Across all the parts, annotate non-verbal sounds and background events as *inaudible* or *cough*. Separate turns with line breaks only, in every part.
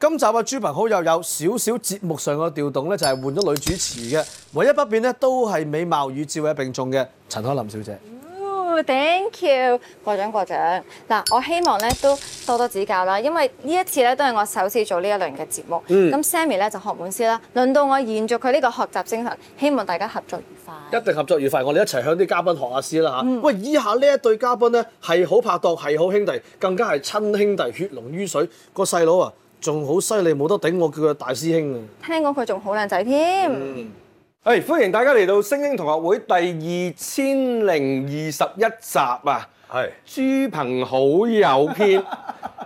今集啊，豬朋好友有少少節目上嘅調動咧，就係換咗女主持嘅，唯一不變咧都係美貌與智慧並重嘅陳凱琳小姐。
哦 Thank you，過獎過獎。嗱，我希望咧都多多指教啦，因為呢一次咧都係我首次做呢一輪嘅節目。咁、Sammy
嗯
咧就學滿師啦，輪到我延續佢呢個學習精神，希望大家合作愉快。
一定合作愉快，我哋一齊向啲嘉賓學下先啦嚇。喂，以下呢一對嘉賓咧係好拍檔，係好兄弟，更加係親兄弟，血濃於水。個細佬啊，仲好犀利，冇得頂，我叫佢大師兄啊。
聽講佢仲好靚仔添。
嗯誒，歡迎大家嚟到星星同學會第二千零二十一集啊！
係
豬朋好友
*laughs*
篇，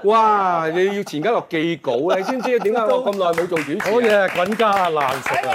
哇！你要前家落記稿啊，你知唔知點解我咁耐冇做主持？
好嘢，滾家難食啊！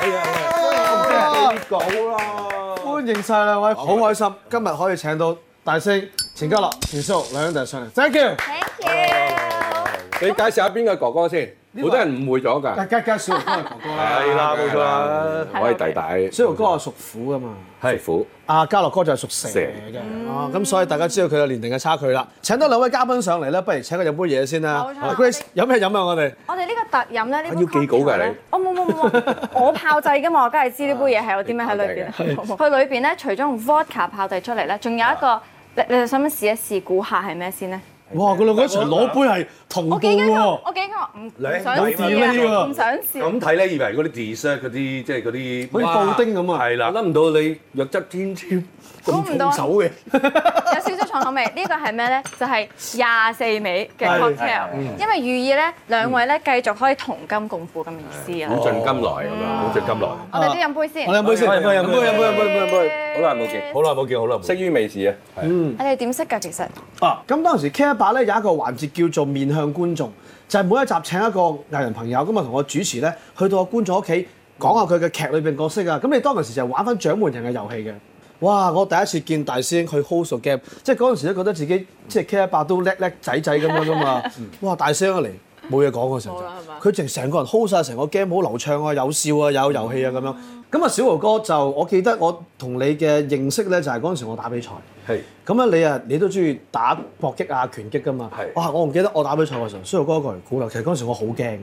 記稿咯！
歡迎晒兩位，好開心，今日可以請到大師兄錢嘉樂、錢叔兩兄弟上嚟，thank you。
Thank
哦
you。
你介紹下邊個哥哥先？好多人誤會咗
大
㗎。
家介紹哥係哥 *laughs* 哥啦，
係啦，冇錯啦。
我係弟弟，
小豪哥係屬虎啊噶嘛，
係虎。
阿嘉啊樂哥就係屬蛇
蛇
嘅，哦咁所以大家知道佢嘅年齡嘅差距啦。請多兩位嘉賓上嚟咧，不如請佢飲杯嘢先啦
冇錯。
啊 Grace 飲咩飲啊？我哋
我哋呢個特飲咧，呢杯
啊要記稿㗎
cocktail 呢
你
我冇冇冇冇，我炮製㗎嘛，我梗係知呢杯嘢係有啲咩喺裏邊。佢裏邊咧，除咗用 vodka 炮製出嚟咧，仲有一個，你你哋想唔想試一試估下係咩先咧？
哇！佢兩個一齊攞杯係同
我
步
幾驚
喎
我，，我幾驚我唔唔
嚟
想
有
啲
試啊，
喎
唔想試。
咁睇咧，以為嗰啲 dessert 嗰啲，即係嗰啲
好似布丁咁啊
係
我
啦，
諗唔到你弱質天籤
估唔到
重手嘅。
有少少重口味。呢個係咩咧？就係廿四味嘅
係
cocktail，因為寓意咧兩位咧繼續可以同甘共苦咁嘅意思
古
啊。
盡今來咁樣
好。盡咁耐，
我哋都飲杯先
我。哋飲杯先，
飲杯飲
飲
杯
杯飲杯飲杯飲杯。
好耐冇見，
好耐冇見，好耐冇
識
見。
於微時啊！
你哋點識㗎？其實
啊！咁當時 K 一百咧有一個環節叫做面向觀眾，就係、每一集請一個藝人朋友咁啊，同我主持咧去到個觀眾屋企講下佢嘅劇裏邊角色啊。咁你當時就玩翻掌門人嘅遊戲嘅。哇！我第一次見大師兄去 host 個 game，即係嗰陣時都覺得自己即係 K 一百都叻叻仔仔咁樣噶 *laughs* 嘛。哇！大師兄一嚟冇嘢講嗰時候
冇啦係嘛
就，佢成成個人 hold 晒成個 game，好流暢啊，有笑啊，有遊戲啊咁樣。咁啊，小豪哥就我記得我同你嘅認識咧，就係嗰陣時我打比賽。
係
咁啊，你啊，你都中意打搏擊啊、拳擊噶嘛？
係
哇！我唔記得我打比賽嘅時候，需要嗰個人鼓勵。其實嗰陣時我好驚，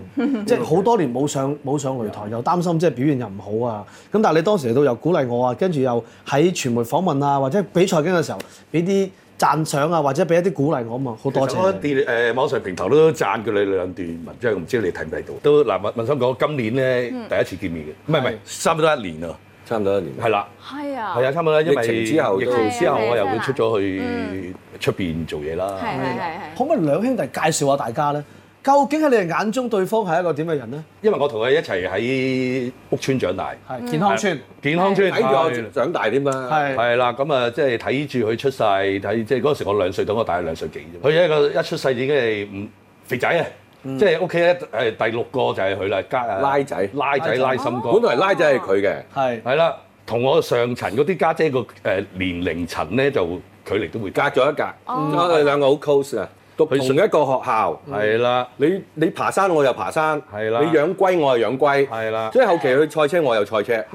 即係好多年冇上冇上擂台，又擔心即係表現又唔好啊。咁但係你當時嚟到又鼓勵我啊，跟住又喺傳媒訪問啊，或者比賽經嘅時候俾啲讚賞啊，或者俾一啲鼓勵我啊嘛，好多
我
謝你。
電誒網上平台都讚過你兩段文章，唔知你睇唔睇到？都嗱，問問心講，今年咧
嗯
第一次見面嘅，唔係唔係，差唔多一年啊，
差唔多一年。
係啦。
係啊，
係啊，差唔多啦，因為
疫情之後
疫情之後
係啊
我
真
又
係
會出咗去出邊做嘢啦。
係係係係。
可唔可以兩兄弟介紹下大家咧？究竟喺你哋眼中對方係一個點嘅人咧？
因為我同佢一齊喺屋村長大，啊
係健康村，
健康村
睇住我長大添啦。
係
係啦，咁啊，即係睇住佢出世，睇即係嗰時我兩歲，等我大佢兩歲幾啫。佢一個一出世已經係唔肥仔啊，即係屋企咧誒第六個就係佢啦，加啊
嗯拉仔哦
拉仔拉心
本
哥，
來拉仔係佢嘅，
係
係啦，同我上層嗰啲家姐個誒年齡層咧就距離都會
隔
加，
咗一隔。我哋兩個好 close 啊，讀同一個學校。
係啦，
你你爬山我又爬山，
係啦
你養龜我又養龜，
係啦
即係後期去賽車我又賽車，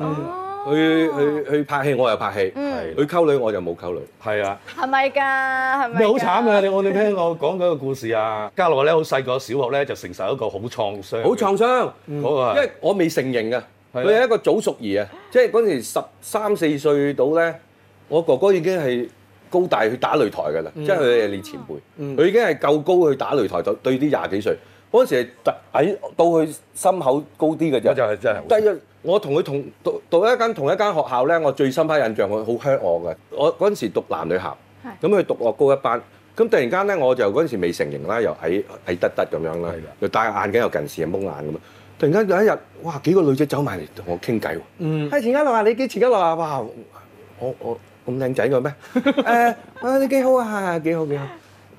去去去拍戲我又拍戲，
嗯
去溝女我就冇溝女。
係啦。
係咪㗎？係咪㗎？
你好慘啊！你我哋聽我講嗰個故事啊，嘉樂咧好細個，小學咧就承受一個好創傷嘅，
好創傷，
好啊
因為我未成型啊，
係
佢
啊
係一個早熟兒啊，即係嗰陣時十三四歲到咧，我哥哥已經係高大去打擂台㗎
嗯
啦，即係佢係你前輩，佢已經係夠高去打擂台，對對啲廿幾歲嗰陣時係矮到佢心口高啲嘅啫
我，就係真係好
但係我同佢同讀讀一間同一間學校咧，我最深刻印象佢好 hurt 我嘅。我嗰陣時讀男女校
係，
咁佢讀我高一班，咁咁突然間咧，我就嗰陣時未成型啦，又矮矮得得咁樣啦
係啦，
又戴眼鏡又近視又蒙眼咁啊！突然間有一日，哇幾個女仔走埋嚟同我傾偈喎，嗯，係錢嘉樂啊，你幾錢嘉樂啊？哇！我我咁靚仔
*laughs*
嘅咩？誒啊你幾好啊，幾好幾好！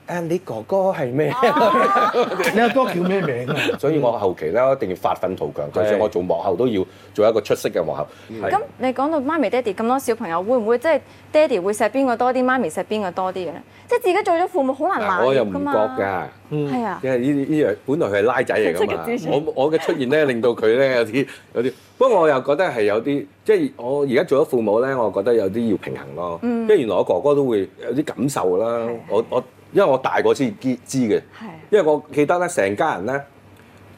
誒你哥哥係咩？
你阿哥叫咩名啊？
所以我後期咧一定要發奮圖強，就算我做幕後都要做一個出色嘅幕後。
係
咁你講到媽咪爹哋咁多小朋友，會唔會即係爹哋會錫邊個多啲，媽咪錫邊個多啲嘅咧？即係自己做咗父母好啊難
嗱，我
拿
又
捏
唔
噶
覺
嘛。
㗎。
係啊，
因為呢呢樣本來佢係拉仔嚟㗎嘛
出奇之，
我我嘅出現咧令到佢咧有啲有啲，不過我又覺得係有啲，即係我而家做咗父母咧，我覺得有啲要平衡咯。
嗯
因為原來我哥哥都會有啲感受啦，我我因為我大個先知知嘅，
係。
因為我記得咧成家人咧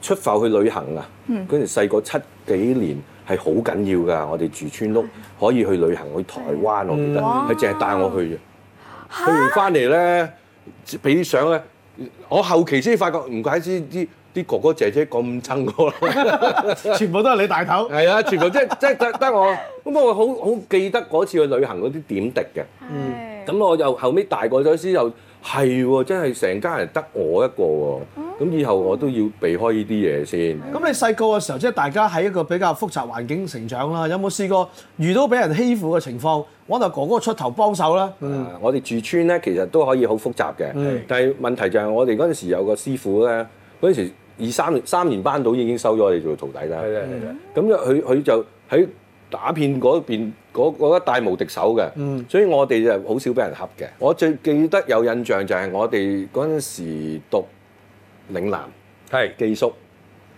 出埠去旅行啊，嗰陣細個七幾年係好緊要㗎，我哋住村屋可以去旅行去台灣，我記得
哇
佢淨係帶我去嘅。去完翻嚟咧，俾啲相咧，我後期先發覺，唔怪之啲啲哥哥姐姐咁憎我啦。
全部都係你大頭。
係啊，全部即係即係得得我，咁我好好記得嗰次去旅行嗰啲點滴嘅。
嗯，
咁我又後尾大個咗先又係喎，真係成家人得我一個喎。咁以後我都要避開呢啲嘢先。
咁你細個嘅時候，即係大家喺一個比較複雜環境成長啦，有冇試過遇到俾人欺負嘅情況，揾阿哥哥出頭幫手咧？
啊我哋住村咧，其實都可以好複雜嘅。但係問題就係我哋嗰陣時有個師傅咧，嗰陣時二三年三年班到已經收咗我哋做徒弟啦。
係啦啊係啦，
咁就佢佢就喺打片嗰邊嗰嗰一帶無敵手嘅，所以我哋就好少俾人恰嘅。我最記得有印象就係我哋嗰陣時讀嶺南
係
寄宿，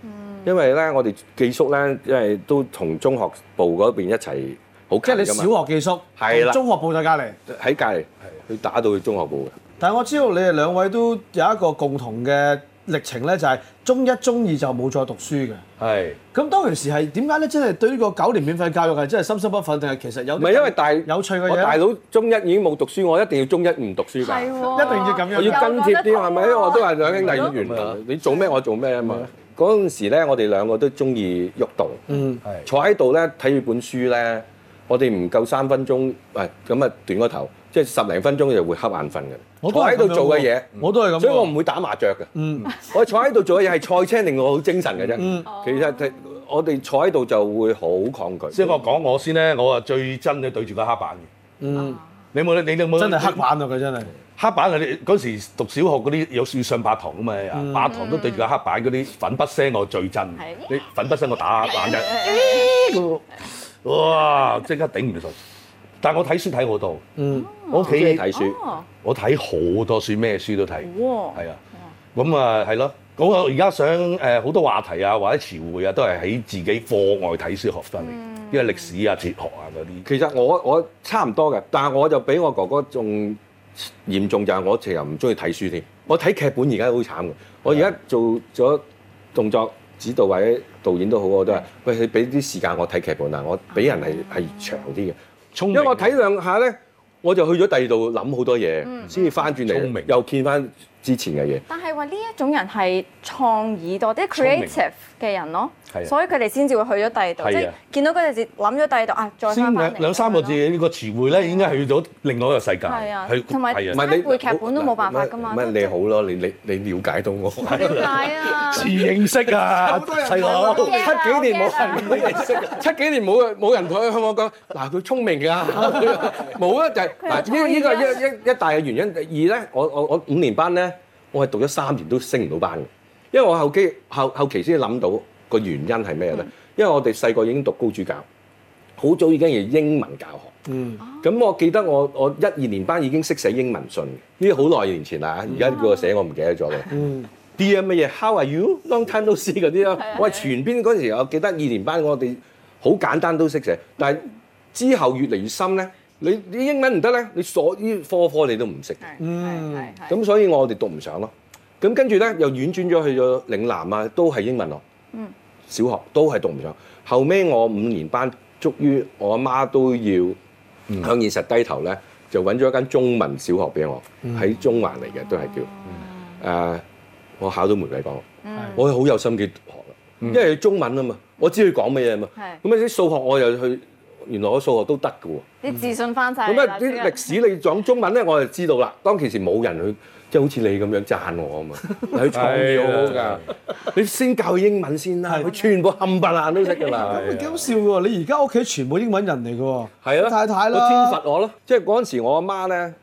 嗯
因為咧我哋寄宿咧，因為都同中學部嗰邊一齊好
即係
近
你
㗎嘛，
小學寄宿，
係啦
中學部就隔離。
喺隔離佢打到去中學部嘅。
但係我知道你哋兩位都有一個共同嘅歷程咧，就係、中一、中二就冇再讀書嘅。
係。
咁當其時係點解咧？即係對呢個九年免費教育係真係心心不憤，定係其實有
唔
啲
係因為大
有趣嘅嘢
我大佬中一已經冇讀書，我一定要中一唔讀書㗎。
係喎，
一定要咁樣
我要跟貼啲
啊
係咪？我都係兩兄弟演
係咯
員，你做咩我做咩啊嘛。嗰陣時咧，我哋兩個都中意喐動，
嗯
係
坐喺度咧睇住本書咧，我哋唔夠三分鐘，誒咁啊短個頭，即係十零分鐘就會瞌眼瞓嘅。
我
坐
都係
喺
咁樣
度做嘅嘢，
我都係
啊
咁喎嗯
所以我唔會打麻雀嘅。
嗯
我坐喺度做嘅嘢係賽車令我好精神嘅啫。
嗯
其實我哋坐喺度就會好抗拒。
即係我講我先咧，我啊最憎咧對住個黑板嘅。
嗯，
你有冇你有冇
真係黑板啊！佢真係
黑板啊！你嗰時讀小學嗰啲有要上八堂啊嘛，八堂都對住個黑板嗰啲粉筆聲我最憎
嗯係。
你粉筆聲我打黑
*laughs*
板啫，哇！即刻頂唔順。但係我睇書睇好多，
嗯
我屋
中意
企
睇書。
哦，
我睇好多書，咩書都睇。
哇，
係啊，咁啊係咯。咁我而家想誒好多話題啊，或者詞彙啊，都係喺自己課外睇書學翻嚟，
嗯
因為歷史啊、哲學啊嗰啲。
其實我我差唔多嘅，但係我就比我哥哥仲嚴重，就係我其實唔中意睇書添。我睇劇本而家好慘嘅，我而家做咗動作指導或者導演都好，我都
嗯
係喂你俾啲時間我睇劇本啊，我俾人係係長啲嘅，
聰
因
明
為我睇兩下咧，我就去咗第二度諗好多嘢，先至翻轉
嗯聰明
嚟又見翻之前嘅嘢。
但係話呢一種人係創意多啲
聰明
creative 嘅人咯
係啊，
所以佢哋先至會去咗第二度，
係啊
即係見到嗰陣時諗咗第二度啊，再
先
翻
兩
翻嚟
兩三個字呢個詞彙咧，已經係去到另外一個世界。
係啊
去
同埋
係
唔
啊
係你
背劇本都冇辦法㗎嘛
唔係
都
你好咯，你你你了解到我。 *laughs*
點解啊？
自認識啊，細佬
都
七幾年冇人識，七幾年冇人冇人同佢香港講，嗱佢聰明 *laughs* 㗎，冇啊就係嗱呢呢個係一一一大嘅原因。二咧，我我我五年班咧，我係讀咗三年都升唔到班嘅，因為我後期後後期先諗到個原因係咩咧？因為我哋細個已經讀高主教，好早已經係英文教學。
嗯，
咁我記得我我一二年班已經識寫英文信，呢啲好耐年前啦，而家個寫我唔記得咗啦。啲咁乜嘢，How are you？Long time no see 嗰啲咯。我係啊全邊嗰陣時，我記得二年班我哋好簡單都識寫，但係之後越嚟越深咧，你啲英文唔得咧，你所呢科科你都唔識。
嗯
係係係
咁所以我哋讀唔上咯。咁跟住咧又婉轉咗去咗嶺南啊，都係英文咯。
嗯
小學都係讀唔上。後尾我五年班，終於我阿媽都要向現實低頭咧，就揾咗一間中文小學俾我，喺、中環嚟嘅，都係叫誒、我考到玫瑰崗，
嗯
我好有心機學啦，因為中文啊嘛，我知佢講乜嘢啊嘛。
係
咁啊啲數學我又去原來我數學都得嘅喎。
你自信翻晒
咁
啦
啊！啲歷史你講中文咧，我就知道啦。當其時冇人去，即係好似你咁樣讚我啊嘛，佢創意好好㗎。你先教英文先啦，佢全部冚唪唥都識㗎啦。
咁啊幾好笑喎！你而家屋企全部英文人嚟嘅喎，
啊係啊，
太太
我
啦，
天罰我咯。即係嗰陣時，我阿媽咧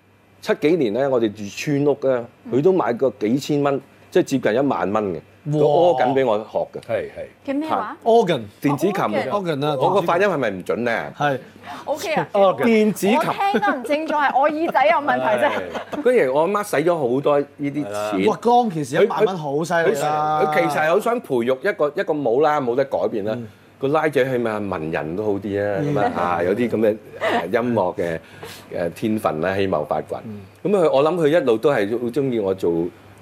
七幾年咧，我哋住村屋咧，佢都買過幾千蚊，即係接近一萬蚊嘅，佢
哇
屙緊俾我學嘅
係係。
叫咩話
organ
電子琴
哦
嘅。
organ 啊啦，
我個發音係咪唔準
*laughs*
咧？
係
？O K 啊，我
電子琴。
聽得唔清楚，係我耳仔有問題啫。
跟住我阿媽使咗好多呢啲錢。
哇！當其時
佢
一萬蚊好犀利啊啦，
佢其實係好想培育一個一個冇啦，冇得改變啦。個拉仔起碼文人都好啲啊，
*laughs*
咁啊啊有啲咁嘅誒音樂嘅誒天分啦，希望發掘。咁佢我諗佢一路都係好中意我做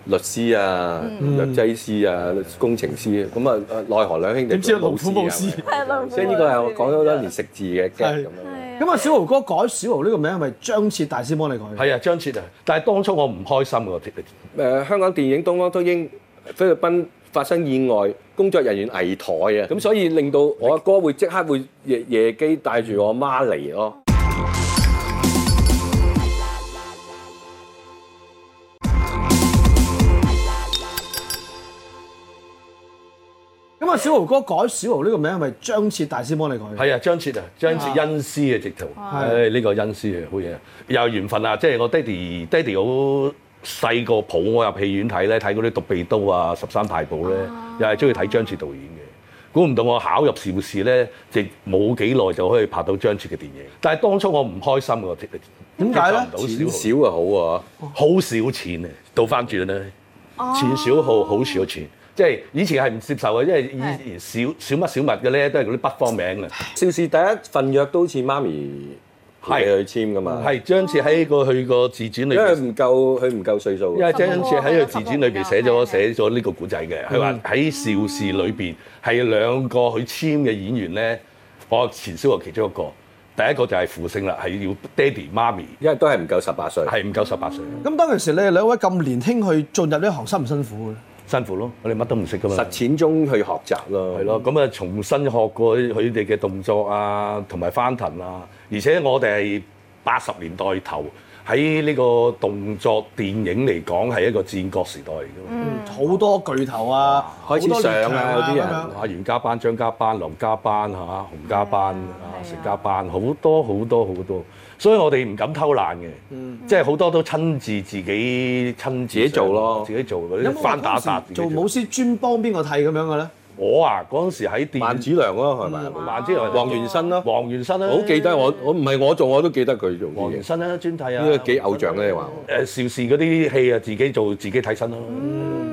律師啊、藥劑師啊、工程師啊。咁啊啊奈何兩兄弟
點知
做
道勞苦無師
啊
係勞苦無師
所以呢個係我講咗好多年食字嘅 g
係
咁樣。
咁啊，小豪哥改小豪呢個名係咪張徹大師幫你改？
係啊，張徹啊，但係當初我唔開心嘅，
誒香港電影東方都英菲律賓發生意外，工作人員危殆啊，咁所以令到我阿哥會即刻會夜夜機帶住我阿媽嚟咯。
咁啊，小豪哥改小豪呢個名係咪張徹大師幫你改？
係啊，張徹啊，張徹恩師啊，直頭，唉，呢個恩師啊，好嘢，又有緣分啊！即係我爹哋，爹哋好細個抱我入戲院睇咧，睇嗰啲《獨臂刀》啊，《十三太保》咧，又係中意睇張徹導演嘅。估唔到我考入邵氏咧，直冇幾耐就可以拍到張徹嘅電影。但係當初我唔開心嘅，
點解咧
錢
少
少啊好啊，
好少錢啊，倒翻轉啦，錢少好好少錢，即係以前係唔接受嘅，因為以前少少乜小物嘅咧，都係嗰啲北方名啊嘅。
邵氏第一份約都好似媽咪陪你去簽噶嘛，
係張徹喺個佢個自傳裏
因為
邊，
唔夠佢唔夠歲數
因
啊。
為張徹喺個自傳裏邊寫
係
咗
啊
寫咗呢個古仔嘅，佢
嗯
話喺邵氏裏邊係兩個佢簽嘅演員咧，我前小學其中一個，第一個就係父姓啦，係要爹哋媽咪，
因為都係唔夠十八歲，
係唔夠十八歲，
咁當其時你哋兩位咁年輕去進入呢行辛唔辛苦嘅？
辛苦咯，我哋乜都唔識噶嘛。
實踐中去學習咯。
係咯，咁啊重新學過佢哋嘅動作啊，同埋翻騰啊，而且我哋係八十年代頭喺呢個動作電影嚟講係一個戰國時代嚟嘅嘛。
好多巨頭啊，好
嗯開始
多列
上啊
強
嗰啲人
咁樣嗯
啊，袁家班、張家班、林家班嚇、啊洪家班啊、成家班，好多好多好多，所以我哋唔敢偷懶嘅，
嗯
即係好多都親自自己親自
自己做咯
自己做嗰
有
啲
冇
翻打
話
打
嗰陣時做武師專幫邊個剃咁樣嘅咧？
我啊嗰陣時喺
萬
電
子良咯係咪？
啊
萬子良
黃元申咯，
黃元申啦，
我好記得我我唔係我做我都記得佢做啲
黃元
嘢，
申啦、專睇啊，
呢個幾偶像咧你話我。
誒邵氏嗰啲戲啊，自己做自己睇身咯。
嗯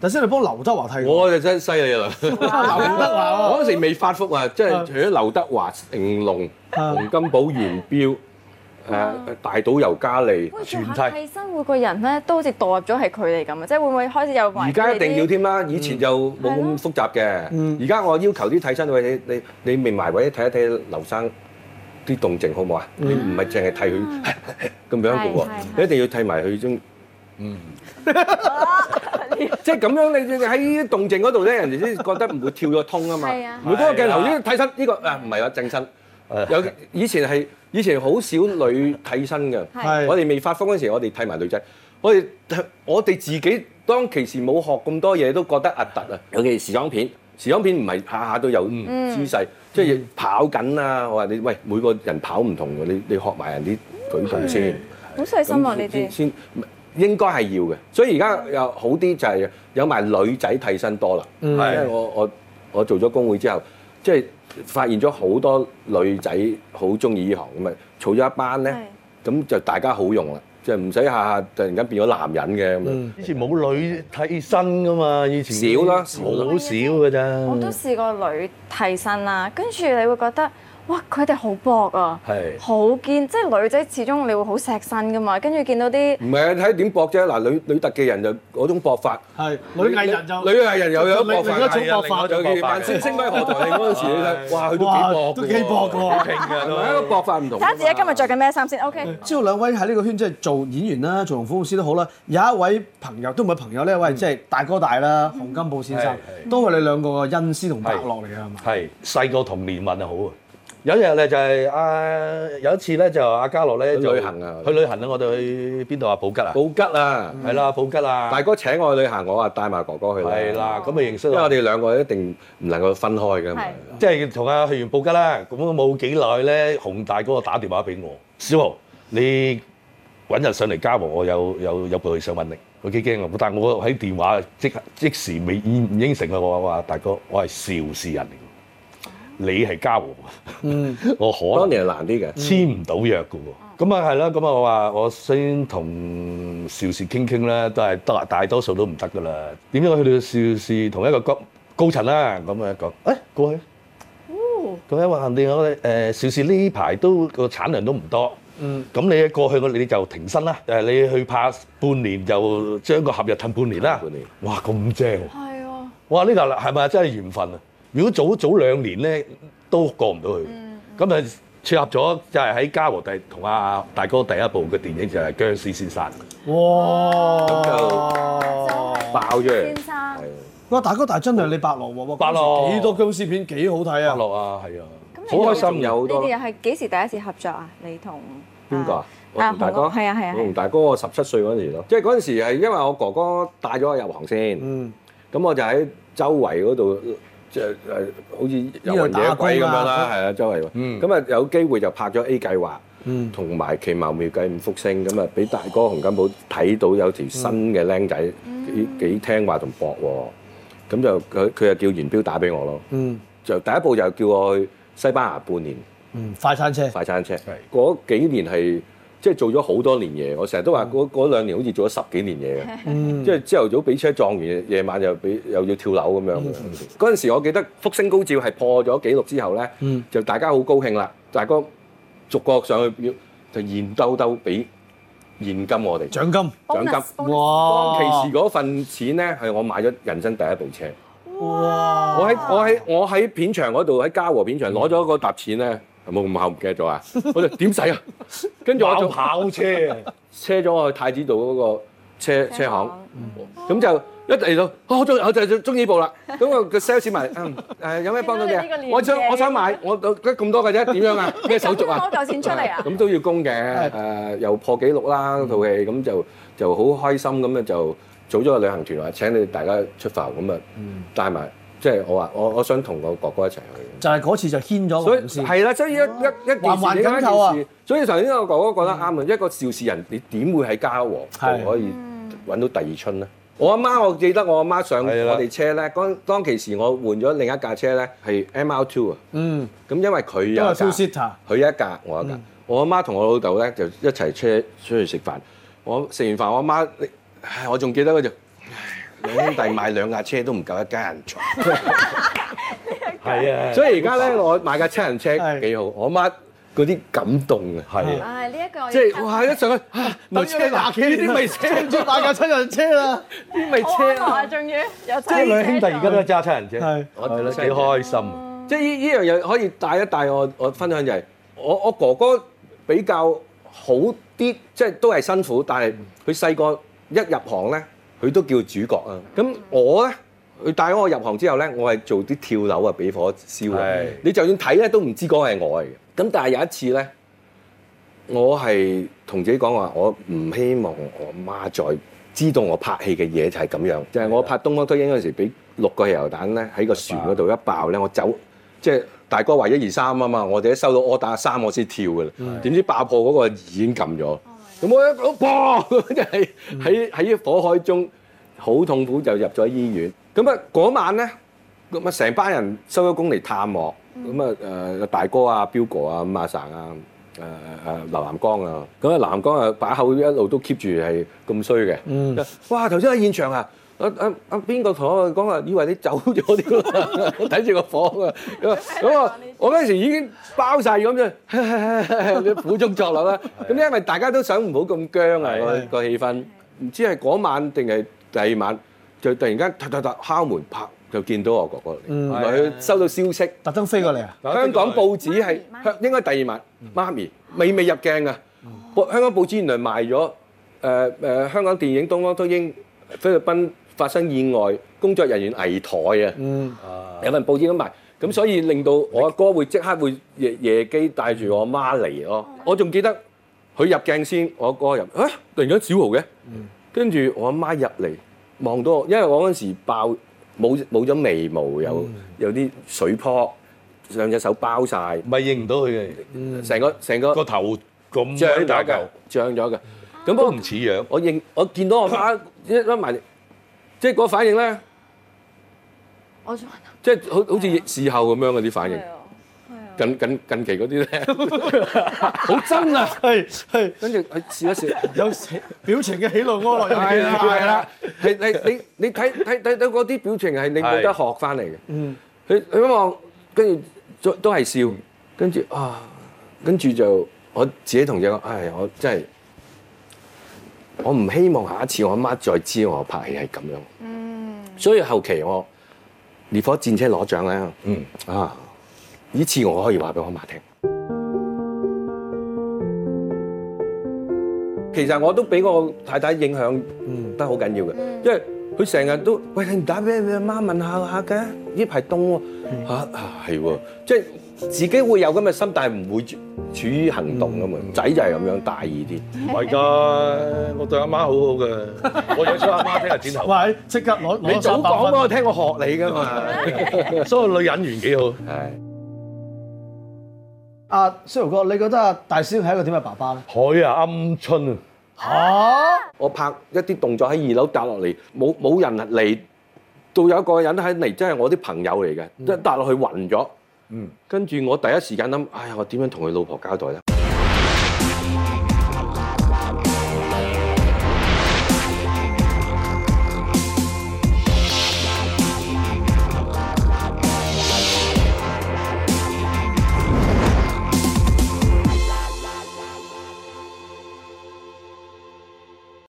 頭先你幫劉德華剃過，
我就真係犀利啦！
劉德華喎
我嗰時未發福啊，即係除咗劉德華、成龍、
啊
洪金寶、元彪、誒大島尤加利，
喂，
全
做
體
下替身每個人咧都好似代入咗係佢哋咁啊！即係會唔會開始有
而家一定要添啦，以
嗯
前就冇咁複雜嘅。而家我要求啲替身喂你你你未埋位睇一睇劉生啲動靜好唔好啊？你唔係淨係替佢 *laughs* 咁樣嘅
係
喎
啊係，
你一定要替埋佢中。
哦
嗯， *laughs* 即係咁樣，你你喺動靜嗰度咧，人哋先覺得唔會跳咗通啊嘛
係啊。
每嗰個鏡頭呢個替身呢個啊，唔係啊，正身。有以前係以前好少女替身嘅，
係
我哋未發瘋嗰時，我哋替埋女仔，我哋我哋自己當其時冇學咁多嘢，都覺得核突啊！尤其是時裝片，嗯時裝片唔係下下都有嗯姿勢，即係跑緊啊！我話你喂，每個人跑唔同嘅，你你學埋人啲舉動先。
好細心啊！
咁
你哋
先先應該係要嘅，所以而家又好啲就係有埋女仔替身多啦。
嗯
因為我我我做咗工會之後，即係發現咗好多女仔好中意呢行咁啊，儲咗一班咧，咁就大家好用啦，就唔使下下突然間變咗男人嘅咁樣。
以前冇女替身噶嘛，以前
少啦少啦
好少㗎咋。
我都試過女替身啦，跟住你會覺得哇，佢哋好搏啊，
係
好堅，即係女仔始終你會好錫身噶嘛，跟住見到啲
唔係啊睇點搏啫，嗱女女特技人就嗰種搏法。
係女藝人就
女藝人又有
另
搏法，
另一種搏
係啊
法
另一種
尤其萬星星輝何台慶嗰陣時，你睇哇佢都幾搏
哇都幾搏㗎喎。
係咪一個搏法唔同㗎
睇
嘛。
下自己今日着緊咩衫先，OK。
嗯
知道兩位喺呢個圈即係做演員啦，做龍虎武師都好啦。有一位朋友都唔係朋友呢
嗯
位即係大哥大啦，洪金寶先生
係，
都係你兩個嘅恩師同伯樂嚟㗎係嘛？
係細個童年運啊好啊，有一日咧就係啊，有一次咧就阿嘉樂咧
去
就
旅行啊
去旅行啦，我哋去邊度啊？普吉啊，
好吉啊！
係啦，普吉啊，
大哥請我去旅行，我話帶埋哥哥去啦。
係，啦，咁咪啊認識
因為我
啦。
哋兩個一定唔能夠分開嘅嘛。
係
即係同阿去完布吉啦，咁冇幾耐咧，洪大哥打電話俾我，小豪，你揾日上嚟嘉禾，我有有有部戲想揾你，我幾驚啊！但係我喺電話即即時未應唔應承啊！我話話大哥，我係邵氏人嚟嘅，你係嘉禾， *laughs* 我可
當
能
年係難啲嘅。
簽唔到約嘅喎。咁啊係啦，咁啊我話我先同邵氏傾傾啦，都係大大多數都唔得㗎啦。點解去到邵氏同一個高高層啦，咁啊講，誒、過去。
哦
咁因為肯定我哋誒邵氏呢排都個產量都唔多。嗯，咁你過去我你就停薪啦，誒你去拍半年就將個合約褪半年啦。
半年
哇，咁正喎！
係啊，
哇！呢個係咪真係緣分啊？如果早早兩年咧，都過唔到去。咁啊、撮合咗就係喺嘉禾第同阿大哥第一部嘅電影就係《僵屍先生》。
哇！
爆咗嚟
先生
係。
哇！大哥，但係真係你伯樂喎，
伯樂
幾多僵屍片幾好睇
阿
啊！
樂啊，係啊，
咁你
好開
又
心
仲有
有
好
你
多
哋又係幾時第一次合作啊？你同
邊個啊？我
啊，
同大
洪哥
哥
係啊係啊
我同
係啊，
大哥我十七歲嗰陣時咯，即係嗰陣時係因為我哥哥帶咗我入行先，
嗯，
咁我就喺周圍嗰度。即係誒，好似遊
呢度
魂
打
野鬼咁樣
工啊
啦，係啊，周圍
嗯
咁啊有機會就拍咗 A 計
嗯
劃，同埋奇謀妙計五福星咁啊，俾大哥洪金寶睇到有條新嘅僆仔幾幾聽話同搏喎，咁就佢佢就叫元彪打俾我咯，
嗯
就第一步就叫我去西班牙半年。
嗯，快餐車
快餐車。嗰幾年係即係做咗好多年嘢，我成日都話嗰嗰兩年好似做咗十幾年嘢嘅，
嗯
即係朝頭早俾車撞完，夜晚又俾又要跳樓咁樣。
嗯
嗰陣時我記得福星高照係破咗紀錄之後咧，
嗯
就大家好高興啦，大哥逐個上去要就現兜兜俾現金我哋。
獎金，
哦獎金
Bonus，bonus
當
哇！
哦
其時嗰份錢咧係我買咗人生第一部車，
哇！
我喺我喺我喺片場嗰度喺嘉禾片
嗯
場攞咗嗰沓錢咧，冇咁厚唔記得咗啊！我就點使啊？跟住我
跑
就
跑 *laughs* 車啊，
車咗我去太子道嗰個車車行，
嗯
咁就一嚟到，啊我中我就就中意部啦。咁個個 sales 問，嗯誒有咩幫到你啊
見到你呢個？年紀
我想我想買，我我得咁多嘅啫，點樣啊？咩手續啊
你咁都攞？嚿錢出
*laughs*
嚟啊
咁都要供嘅，誒又破紀錄啦
嗯
套戲，咁就就好開心咁咧就組咗個旅行團話請你哋大家出埠咁啊，
嗯
帶埋即係我話我我想同我哥哥一齊去。
就係嗰次就牽咗個
所以
紅線，
係啦，所以一一一件
哦環環
事影
緊扣啊嗯
響一件事，所以頭先我哥哥講得啱啊！一個邵氏人，你點會喺嘉禾
係
度可以揾到第二春咧？我阿媽，我記得我阿媽上
係啦
我哋車咧，嗰當其時我換咗另一架車咧，係 M R Two 啊。
嗯，
咁因為佢有一
因為
架，
full sitter
佢有一架，我有一架。我阿媽同我老豆咧就一齊車出去食飯。我食完飯，我阿媽，唉，我仲記得佢就。唉兩兄弟買兩架車都唔夠一家人坐，
係啊，
*laughs* 所以而家咧我買架七人車
係
幾好，我媽嗰啲感動啊，
係啊，
唉，呢一句我
即係哇！一上去啊，唔係車嗱，呢啲咪車，呢
即係買架七人車啦，
啲咪
好
車啊！
仲要有
即係兩兄弟而家都揸七人
係
車，
我
係啦，幾
真係
開心啊！
即係呢呢樣嘢可以帶一帶我，我分享就係我我哥哥比較好啲，即係都係辛苦，但係佢細個一入行咧，佢都叫主角啊。咁我咧，佢帶咗我入行之後咧，我係做啲跳樓啊，俾火燒啊
係。
你就算睇咧，都唔知嗰個係我嚟嘅。咁但係有一次咧，我係同自己講話，我唔希望我媽再知道我拍戲嘅嘢就係咁樣，就係、我拍《東方推英》嗰陣時，俾六個汽油彈咧喺個船嗰度一爆咧，我走，即係大哥話一二三啊嘛，我哋一收到 order 三我先跳嘅啦，點知爆破嗰個已經撳咗，咁我一講砰，即係喺喺火海中好痛苦就入咗醫院，咁啊嗰晚咧。咁啊，成班人收咗工嚟探我，咁啊誒大哥啊、彪哥啊、咁阿成啊、誒誒劉南光啊，咁啊劉南光啊把口一路都 keep 住係咁衰嘅，哇頭先喺現場啊！啊啊啊！邊個同我講啊話，以為你走咗啲 *laughs* 啦，睇住個房啊！咁啊，我嗰陣時已經包晒咁樣， *laughs* 你苦中作樂啦。咁因為大家都想唔好咁僵啊個個氣氛，唔知係嗰晚定係第二晚，就突然間突突突敲門拍，就見到我哥哥嚟，原來佢收到消息，
特登飛過嚟啊！
香港報紙係
媽咪
香應該第二晚，媽咪未未入鏡啊！報香港報紙原來賣咗誒誒香港電影《東方都英》菲律賓發生意外，工作人員危殆啊！
嗯，
有份報紙咁賣，咁所以令到我阿哥會即刻會夜夜機帶住我媽嚟咯。我仲記得佢入鏡先，我阿哥入，啊突然間小豪嘅，跟住我阿媽入嚟望到我，因為我嗰陣時爆冇冇咗眉毛，有有啲水泡，兩隻手包晒，
咪認唔到佢嘅
成個成個
個頭咁
脹
鬼大
咗
嚿
嘅，，脹咗嘅。咁
都唔似樣。
我認我見到我媽一甩埋嚟，即係嗰反應咧，
我仲
即係好好似事後咁樣嗰啲反應
係。啊，
近近近期嗰啲 *laughs* 咧，好真啊！
係係
跟住佢試一試，
有表情嘅喜怒哀樂，
係
有
啦係啊啦，你你你你睇睇睇到嗰啲表情係你冇得學翻嚟嘅。
嗯，
佢佢一望，跟住都都係笑，跟住啊，跟住就我自己同自己講，唉，我真係我唔希望下一次我阿媽再知我拍戲係咁樣。
嗯，
所以後期我烈火戰車攞獎咧，
嗯，
啊，呢次我可以話俾我媽聽。其實我都俾我太太影響得好緊要嘅，因為佢成日都喂你唔打俾你阿媽問下下嘅，呢排凍喎嚇啊係喎，即係自己會有咁嘅心，但係唔會處於行動啊嘛。仔就係咁樣大意啲。
唔係㗎， *laughs* 我對阿媽好好㗎，我養咗阿媽聽日剪頭，
喂，即刻攞
你
攞
早
三百
講俾
分。
我聽，我學你㗎嘛。
所以女人緣幾好。
*laughs* 係。
阿蕭豪啊哥，你覺得阿大師兄係一個點嘅爸爸咧？
海啊，鵪鶉啊，
我拍一啲動作喺二樓搭落嚟，冇冇人嚟，到有一個人喺嚟，真係我啲朋友嚟嘅，一搭落去暈咗。
嗯，
跟住我第一時間諗，哎呀，我點樣同佢老婆交代咧？